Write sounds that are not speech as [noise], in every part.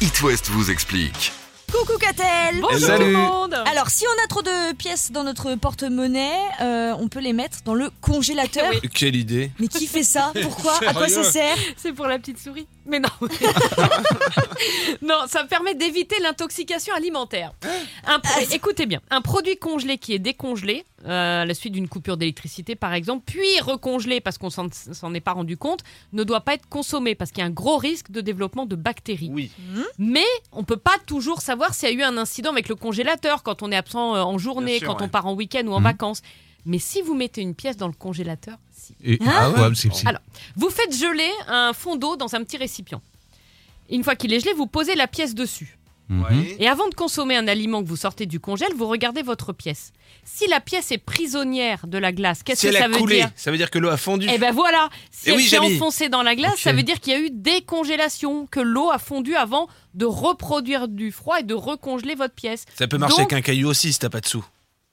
It West vous explique. Coucou Catel Bonjour Salut. tout le monde Alors, si on a trop de pièces dans notre porte-monnaie, euh, on peut les mettre dans le congélateur. Oui. Quelle idée Mais qui fait ça Pourquoi À quoi ça Sérieux sert C'est pour la petite souris. Mais non [laughs] Non, ça permet d'éviter l'intoxication alimentaire. Un pro- Écoutez bien, un produit congelé qui est décongelé, euh, à la suite d'une coupure d'électricité par exemple, puis recongelé parce qu'on s'en- s'en est pas rendu compte, ne doit pas être consommé parce qu'il y a un gros risque de développement de bactéries. Oui. Mais on peut pas toujours savoir s'il y a eu un incident avec le congélateur quand on est absent euh, en journée, Bien sûr, quand ouais. on part en week-end ou en Mhm. vacances. Mais si vous mettez une pièce dans le congélateur, si. Et- Hein ah ouais, c'est- c'est- Alors, Vous faites geler un fond d'eau dans un petit récipient. Une fois qu'il est gelé, vous posez la pièce dessus. Mhm. Ouais. Et avant de consommer un aliment que vous sortez du congèle, vous regardez votre pièce. Si la pièce est prisonnière de la glace, qu'est-ce Si que elle ça a veut coulé, dire ça veut dire que l'eau a fondu. Eh ben voilà, si Eh elle oui, s'est Jamy. enfoncée dans la glace, Ok. ça veut dire qu'il y a eu décongélation, que l'eau a fondu avant de reproduire du froid et de recongeler votre pièce. Ça peut marcher Donc- avec un caillou aussi si t'as pas de sous.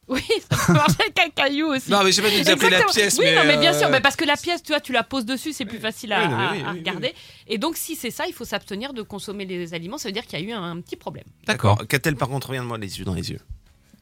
Oui, ça peut marcher avec un caillou aussi. Non, mais je sais pas, tu nous as pris la Exactement. pièce. Oui, non, mais bien euh, sûr, bah, mais parce que la pièce, tu vois, tu la poses dessus, c'est plus facile à, Oui, non, mais à- oui, à oui, regarder. Et donc, si c'est ça, il faut s'abstenir de consommer les aliments. Ça veut dire qu'il y a eu un, un petit problème. D'accord. Catel, par contre, regarde-moi les yeux dans les yeux.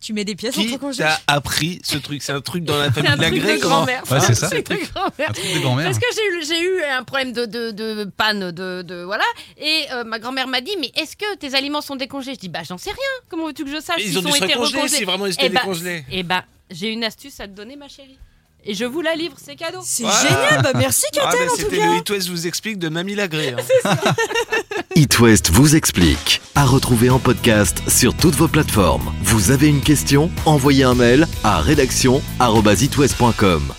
Tu mets des pièces Qui dans ton congélateur. t'a appris ce truc C'est un truc dans la [laughs] C'est un famille de la truc grève de grand-mère. Ouais, c'est ça. Ah, C'est un truc de grand-mère. Un truc de grand-mère. Parce que j'ai eu, j'ai eu un problème de, de- de panne, de, de- voilà. Et euh, ma grand-mère m'a dit, mais est-ce que tes aliments sont décongelés Je dis, bah j'en sais rien. Comment veux-tu que je sache Ils s'ils ont dû se été recongeler, recongelés si vraiment ils Eh étaient ben, décongelés. Eh ben, j'ai une astuce à te donner, ma chérie. Et je vous la livre, c'est cadeau. C'est Voilà. génial Bah merci Ah, Catel bah, en tout C'était cas hein. le It West vous explique de Mamie Lagré. hein. It West vous explique. À retrouver en podcast sur toutes vos plateformes. Vous avez une question Envoyez un mail à rédaction@itwest.com.